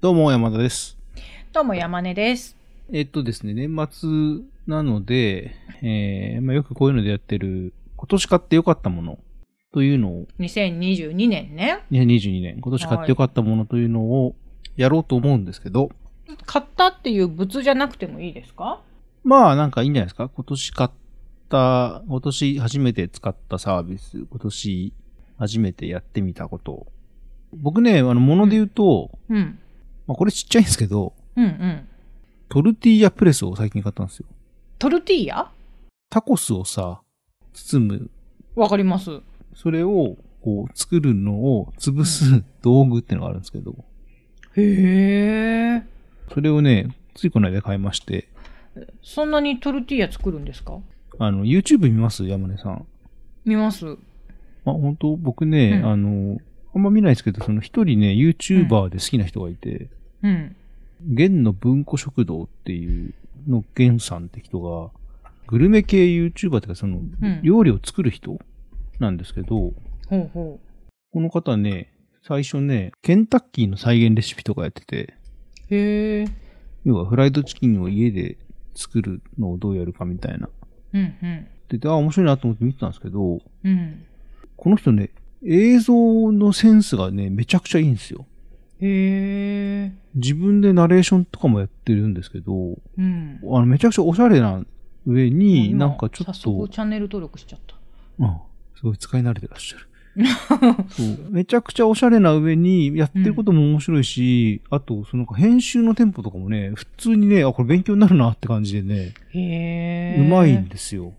どうも、山田です。どうも山根です。えっとですね、年末なので、えーまあ、よくこういうのでやってる、今年買ってよかったものというのを、 2022年ね。 2022年、今年買ってよかったものというのをやろうと思うんですけど、買ったっていう物じゃなくてもいいですかまあなんかいいんじゃないですか今年買った、今年初めて使ったサービス、今年初めてやってみたこと。僕ね、あの、もので言うと、うん。まあこれちっちゃいんですけど、うんうん。トルティーヤプレスを最近買ったんですよ。トルティーヤタコスをさ、包むわかります。それを、こう、作るのを潰す道具ってのがあるんですけど、へえ。それをね、ついこの間買いまして、そんなにトルティーヤ作るんですかあの、YouTube 見ます山根さん。見ます。まあ、本当僕ね、うんあの、あんま見ないですけど、その一人ね、YouTuber で好きな人がいて、うん。源の文庫食堂っていうの、源さんって人が、グルメ系 YouTuber っていうか、その、ん料理を作る人なんですけど、ほうほこの方ね、最初ね、ケンタッキーの再現レシピとかやってて、う。へえ。要はフライドチキンを家で作るのをどうやるかみたいな。うんうん。で、であ、面白いなと思って見てたんですけど、うん。この人ね、映像のセンスがね、めちゃくちゃいいんですよ。へえ。自分でナレーションとかもやってるんですけど、うん。あのめちゃくちゃおしゃれな上に、なんかちょ早っと速、チャンネル登録しちゃった。うん、すごい使い慣れてらっしゃる。 そうめちゃくちゃおしゃれな上に、やってることも面白いし、あと、そのなんか編集のテンポとかもね、普通にね、あ、これ勉強になるなって感じでね、へえ。うまいんですよ。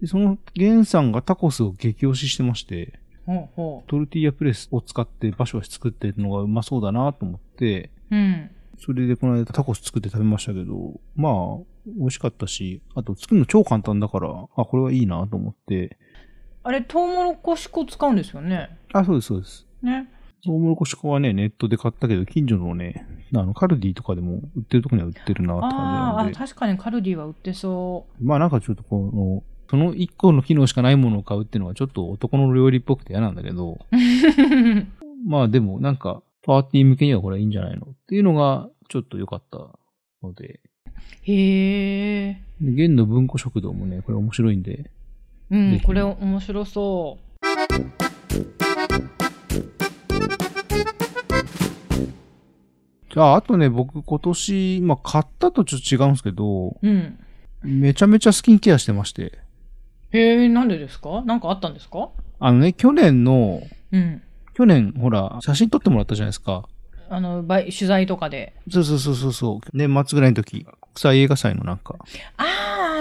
でその、ゲンさんがタコスを激推ししてまして、ほうほトルティーヤプレスを使ってバシバシ作ってるのがうまそうだなと思って、う。うん。それでこの間タコス作って食べましたけど、まあ、美味しかったし、あと作るの超簡単だから、あ、これはいいなと思って、あれ、トウモロコシ粉使うんですよね。あ、そうです、そうです。ね。トウモロコシ粉はね、ネットで買ったけど、近所のね、あの、カルディとかでも売ってるとこには売ってるなって感あーあ、じなんで、確かにカルディは売ってそう。まあなんかちょっとこの、その一個の機能しかないものを買うっていうのはちょっと男の料理っぽくて嫌なんだけど、 まあでもなんか、パーティー向けにはこれはいいんじゃないのっていうのが、ちょっと良かったので。へえ。で、現の文庫食堂もね、これ面白いんで。うぜん、ひこれ面白そう。じゃあ、あとね、僕今年、まあ買ったとちょっと違うんですけど、うん。めちゃめちゃスキンケアしてまして。へえ、なんでですかなんかあったんですかあのね、去年の、うん。去年、ほら、写真撮ってもらったじゃないですか。あの、ばい取材とかで。そうそうそうそうそう。年末ぐらいの時、国際映画祭のなんか。あ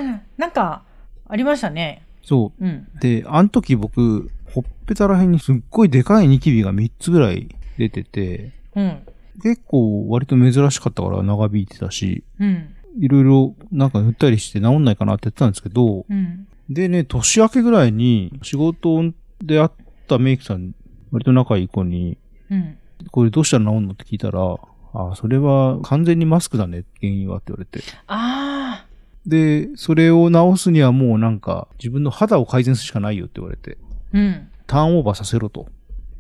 あ、なんか、ありましたね。そうん。う。で、あの時僕、ほっぺたら辺にすっごいでかいニキビが3つぐらい出てて、うん。結構割と珍しかったから長引いてたし、うん。いろいろなんか塗ったりして治んないかなってやってたんですけど、うん。でね、年明けぐらいに仕事で会ったメイクさん、割と仲いい子に、うん。これどうしたら治んのって聞いたら、あ、それは完全にマスクだね、原因はって言われて。ああ、で、それを治すにはもうなんか自分の肌を改善するしかないよって言われて、うん。ターンオーバーさせろと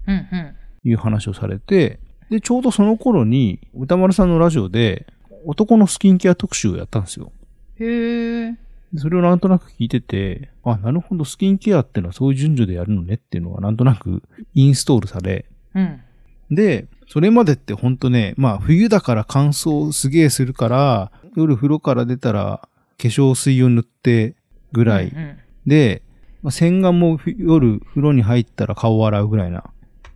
うん。うん。いう話をされて、で、ちょうどその頃に歌丸さんのラジオで男のスキンケア特集をやったんですよ。へえ。でそれをなんとなく聞いてて、あ、なるほど、スキンケアってのはそういう順序でやるのねっていうのがなんとなくインストールされ、うん。で、それまでってほんとね、まあ冬だから乾燥すげえするから、夜風呂から出たら化粧水を塗ってぐらい。うん。で、まあ、洗顔もふ夜風呂に入ったら顔を洗うぐらいな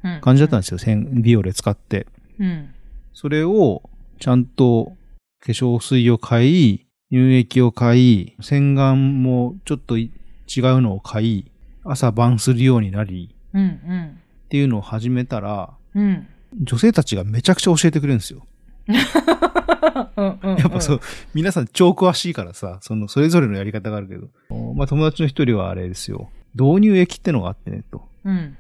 うん。感じだったんですよ、洗ビオレ使って。うん。それをちゃんと化粧水を買い、乳液を買い、洗顔もちょっとい違うのを買い、朝晩するようになりうん。うん。っていうのを始めたら、うん。女性たちがめちゃくちゃ教えてくれるんですよ。うんうん。やっぱそう、皆さん超詳しいからさ、その、それぞれのやり方があるけど。まあ友達の一人はあれですよ。導入液ってのがあってね、と。うん。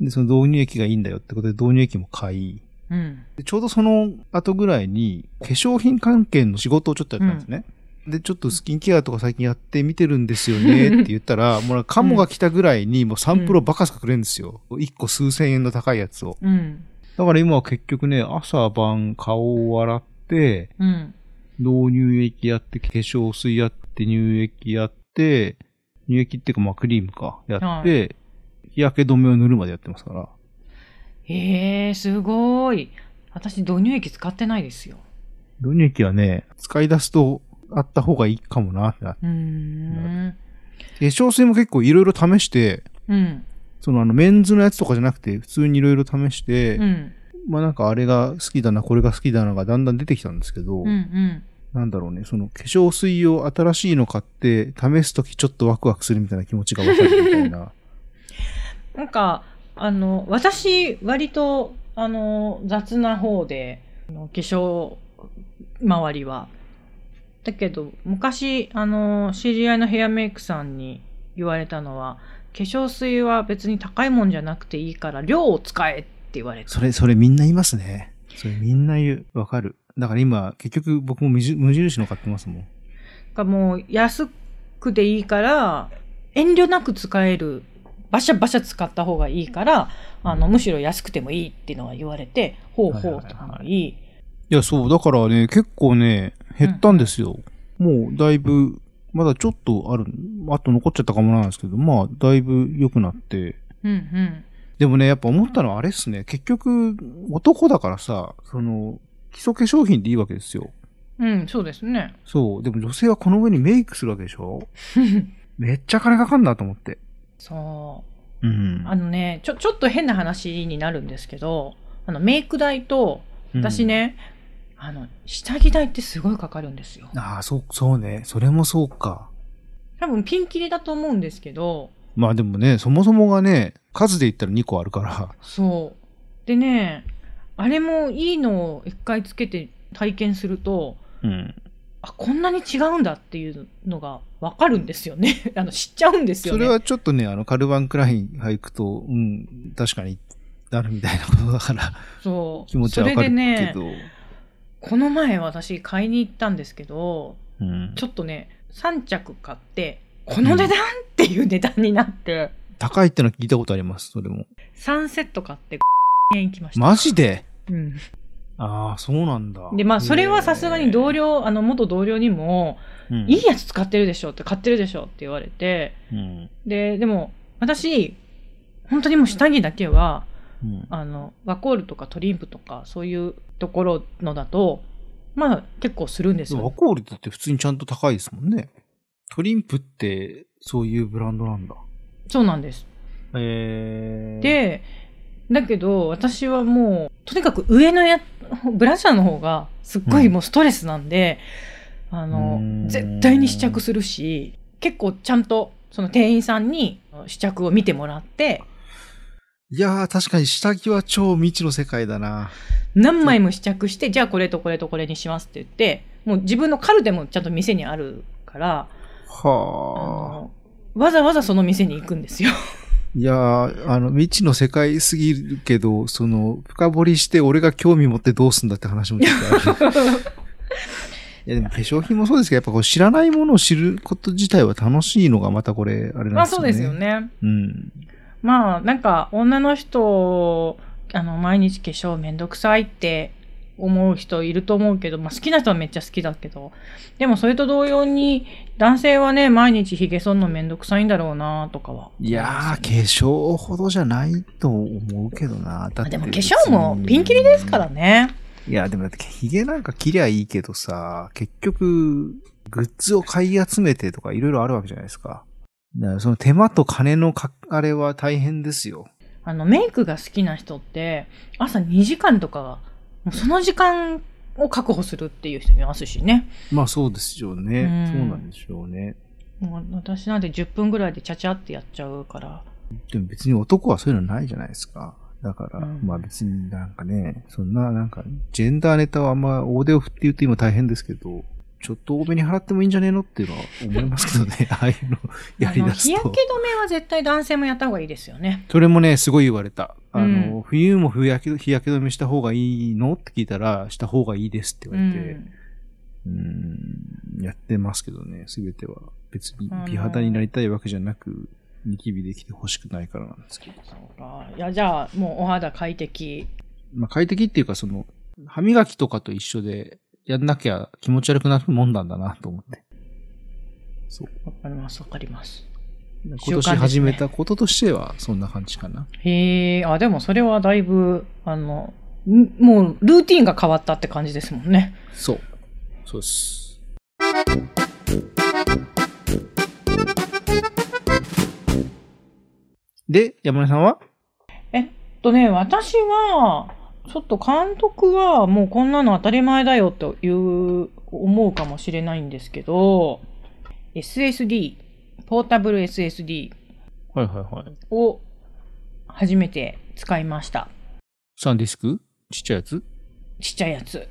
で、その導入液がいいんだよってことで導入液も買い、うん。でちょうどその後ぐらいに、化粧品関係の仕事をちょっとやったんですね。で、ちょっとスキンケアとか最近やってみてるんですよねって言ったら、もうなんかカモが来たぐらいにもうサンプルをバカすかくれるんですよ。一個数千円の高いやつを。うん。だから今は結局ね、朝晩顔を洗って、うん。導入液やって、化粧水やって、乳液やって、乳液っていうかまあクリームか、やって、は日焼け止めを塗るまでやってますから。えー、すごい。私、導入液使ってないですよ。導入液はね、使い出すとあった方がいいかもなってなって。うーん。化粧水も結構いろいろ試して、うん。そのあのメンズのやつとかじゃなくて、普通にいろいろ試して、うん。まあなんかあれが好きだな、これが好きだながだんだん出てきたんですけど、うん。うん。なんだろうね、その化粧水を新しいの買って試すときちょっとワクワクするみたいな気持ちがわかるみたいな。なんか、あの、私、割と、あの、雑な方で、あの化粧周りは。だけど、昔、あの、知り合いのヘアメイクさんに言われたのは、化粧水は別に高いもんじゃなくていいから、量を使えって言われ た。それ、それみんな言いますね。それみんな言う。わかる。だから今、結局僕も無印無印の買ってますもん。がもう安くでいいから遠慮なく使えるバシャバシャ使った方がいいからあのむしろ安くてもいいっていうのは言われて、ほうほうと思いいや、そう、だからね、結構ね、減ったんですよ。もう、だいぶ、まだちょっとある、あと残っちゃったかもなんですけど、まあ、だいぶ良くなって。うんうんでもね、やっぱ思ったのはあれっすね。結局、男だからさ、その、基礎化粧品でいいわけですよ。うんそうですねそう。でも女性はこの上にメイクするわけでしょめっちゃ金かかんなと思って。そううんあのねちょちょっと変な話になるんですけどあのメイク代と私。ね、あの下着代ってすごいかかるんですようんああ、そう、そうね。それもそうか。多分ピンキリだと思うんですけどまあでもね、そもそもがね、数で言ったら2個あるから。そうでねあれもいいのを一回つけて体験するとうん。あこんなに違うんだっていうのが分かるんですよね あの知っちゃうんですよそねれはちょっとね、あの、カルバン・クライン俳句と、うん、確かになるみたいなことだから、 そう気持ちはわかるそれでねけど。この前私買いに行ったんですけどうんちょっとね3着買ってこの値段、っていう値段になって高いってのは聞いたことあります、それも。 3セット買って 円行きました、マジでうん、ああ、そうなんだ。でまあそれはさすがに同僚、僚あの元同僚にもうん「いいやつ使ってるでしょ」って買ってるでしょって言われてうんででも私本当にもう下着だけはうんあのワコールとかトリンプとかそういうところのだとまあ結構するんですでもワよ。コールだって普通にちゃんと高いですもんね。トリンプってそういうブランドなんだ。そうなんです。えー、、でだけど私はもうとにかく上のやブラジャーの方がすっごいもうストレスなんで、あうーんの絶対に試着するし結構ちゃんとその店員さんに試着を見てもらっていやー確かに下着は超未知の世界だな。何枚も試着してじゃあこれとこれとこれにしますって言ってもう自分のカルテもちゃんと店にあるから。はあ。あのわざわざその店に行くん ですよ。いやーあの、未知の世界すぎるけど、その、深掘りして俺が興味持ってどうすんだって話もちょっ とある。いやでも化粧品もそうですけど、やっぱこう知らないものを知ること自体は楽しいのがまたこれ、あれなんまあですよね。そうですよ。ね。うん。まあなんか女の人あの毎日化粧めんどくさいって思う人いると思うけど、まあ、好きな人はめっちゃ好きだけどでもそれと同様に男性はね毎日ひげ剃んのめんどくさいんだろうなとかは。いやー、化粧ほどじゃないと思うけどな。だまっあてでも化粧もピンキリですから。ね。いや、でもだって、ヒゲなんか切りゃいいけどさ、結局、グッズを買い集めてとかいろいろあるわけじゃないですか。だからその手間と金のか、あれは大変ですよ。あのメイクが好きな人って朝2時間とかはもうその時間を確保するっていう人もいますしね。まあそうですよね。うんそうなんでしょうね。もう私なんて10分ぐらいでちゃちゃってやっちゃうから。でも別に男はそういうのないじゃないですか。だから、うんまあ別になんかね、そんななんか、ジェンダーネタはあんま大手を振って言うと今大変ですけど、ちょっと多めに払ってもいいんじゃねえのっていうのは思いますけどね、 ああいうのやり あのだ日す焼けと止。めは絶対男性もやった方がいいですよね。それもね、すごい言われた。あの、う冬も冬焼け日焼け止めした方がいいのって聞いたら、した方がいいですってう言われて、ん、うんやってますけどね、すべては。別にあのー美肌になりたいわけじゃなく、ニキビできてほしくないからなんですけど。そうかいやじゃあもうお肌快適まあ、快適っていうか、その、歯磨きとかと一緒で、やんなきゃ気持ち悪くなるもんなんだなと思って。そう。わかります、わかります。今習慣です年ね始めたこととしては、そんな感じかな。へえ、あ、でもそれはだいぶ、あの、んもうルーティンが変わったって感じですもんね。そう。そうです。で、山根さんはえっとね、私は、ちょっと監督はもうこんなの当たり前だよという、思うかもしれないんですけど、SSD、ポータブル SSD はいはいはい。を初めて使いました。サンディスクちっちゃいやつちっちゃいやつ。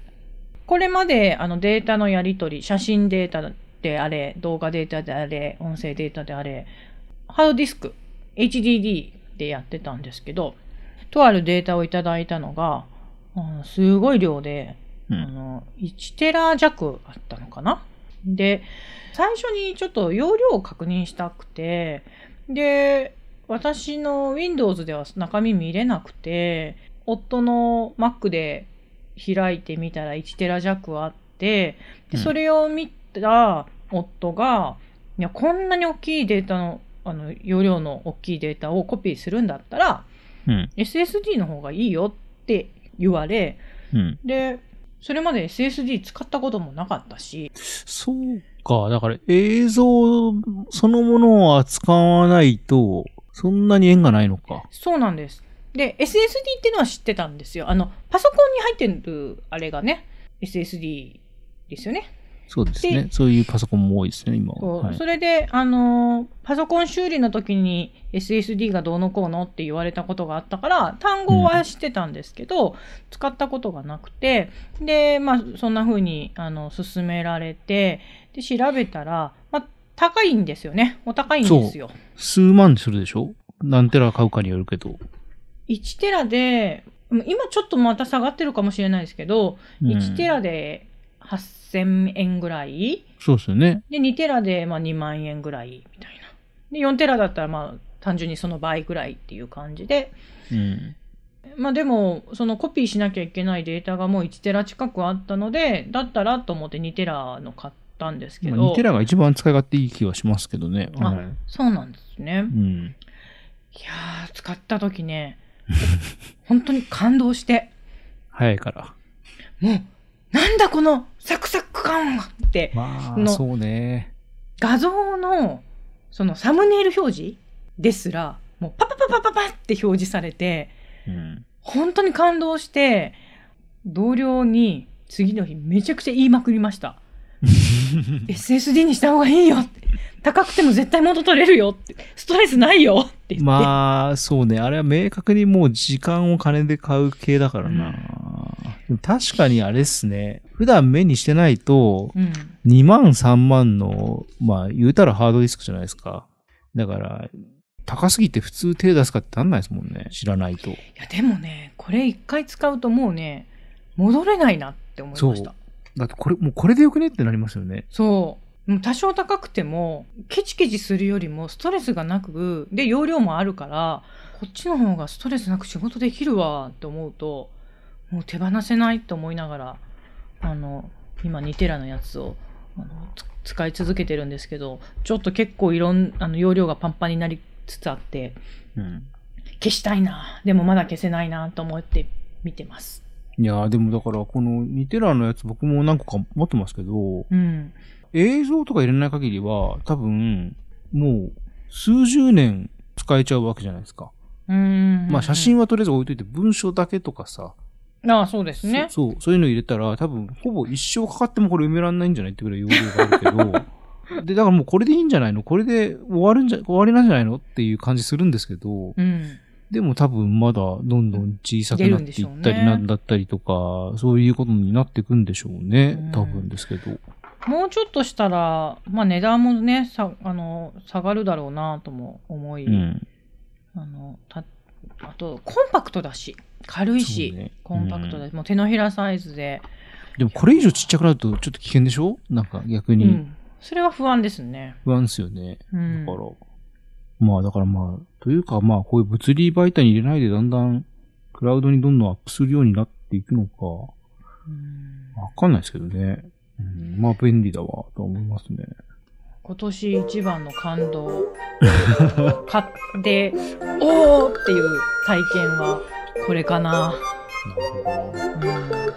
これまであのデータのやり取り、写真データであれ、動画データであれ、音声データであれ、ハードディスク、HDD でやってたんですけど、とあるデータをいただいたのが、うんすごい量で、うあ。の1テラ弱あったのかなで最初にちょっと容量を確認したくてで私の Windows では中身見れなくて夫の Mac で開いてみたら1テラ弱あってうでんそれを見た夫が「いやこんなに大きいデータのあの容量の大きいデータをコピーするんだったらうん。 SSD の方がいいよ」って言われうん。で、それまで SSD 使ったこともなかったし、そうか。だから映像そのものは使わないと、そんなに縁がないのか。そうなんです。で、SSD っていうのは知ってたんですよ。あの、パソコンに入ってるあれがね、SSD ですよね。そうですねで。そういうパソコンも多いですね、今そは。うはいそれで、あのーパソコン修理の時に SSD がどうのこうのって言われたことがあったから、単語は知ってたんですけど、使ったことがなくて、で、まあ、そんな風に、あの、勧められて、で、調べたら、まあ、高いんですよね。お高いんですよ。数万するでしょ何テラ買うかによるけど。 1テラで、うん今ちょっとまた下がってるかもしれないですけど、うん1テラで8000円ぐらいそうですよね。で、2テラでまあ2万円ぐらいみたいな。で、4テラだったらまあ単純にその倍ぐらいっていう感じで、うん。まあでも、そのコピーしなきゃいけないデータがもう1テラ近くあったので、だったらと思って2テラの買ったんですけまあ、ど2、テラが一番使い勝手いい気はしますけどね。あはいそうなんですね。うん。いやー、使った時ね、 本当に感動して。早いから。もう、なんだこのサクサク感はって、まあ、のそうね。画像の、そのサムネイル表示ですら、もうパパパパパパって表示されて、うん。本当に感動して、同僚に次の日めちゃくちゃ言いまくりました。SSD にした方がいいよって。高くても絶対元取れるよって。ストレスないよって言って。まあ、そうね。あれは明確にもう時間を金で買う系だからな。でも確かにあれっすね。普段目にしてないと、うん。 2万3万の、まあ言うたらハードディスクじゃないですか。だから、高すぎて普通手出すかってなんないですもんね。知らないと。いや、でもね、これ一回使うともうね、戻れないなって思いました。だってこれ、もうこれでよくねってなりますよね。そう。もう多少高くても、ケチケチするよりもストレスがなく、で、容量もあるから、こっちの方がストレスなく仕事できるわって思うと、もう手放せないと思いながら、あの、今2テラのやつを、あの、つ使い続けてるんですけど、ちょっと結構いろん、あの、容量がパンパンになりつつあって、うん。消したいな。でもまだ消せないなと思って見てます。いやーでもだから、この2テラのやつ僕も何個か持ってますけど、うん。映像とか入れない限りは、多分、もう、数十年使えちゃうわけじゃないですか。うーん。まあ写真はとりあえず置いといて、文章だけとかさ、ああ、そうですね。そそう、そういうの入れたら、多分、ほぼ一生かかってもこれ埋められないんじゃないってぐらい容量があるけ ど、で、だからもうこれでいいんじゃないのこれで終わるんじゃ、終わりなんじゃないのっていう感じするんですけど、うん。でも多分まだどんどん小さくなっていった出るんでしょうりねなんだったりとか、そういうことになっていくんでしょうねうん。多分ですけど。もうちょっとしたら、まあ値段もね、さあの下がるだろうなとも思い、うん。あのたあとコンパクトだし、軽いし、そうねコンパクトだし、もう手のひらサイズで、でもこれ以上ちっちゃくなるとちょっと危険でしょなんか逆うんにそれは不安ですね。不安ですよね。うだんから、、まあだからまあ、というかまあこういう物理媒体に入れないでだんだんクラウドにどんどんアップするようになっていくのか、うんわかんないですけどね。うん、まあ便利だわ、と思いますね。今年一番の 感動買っておーっていう体験はこれかなな。るほど。うん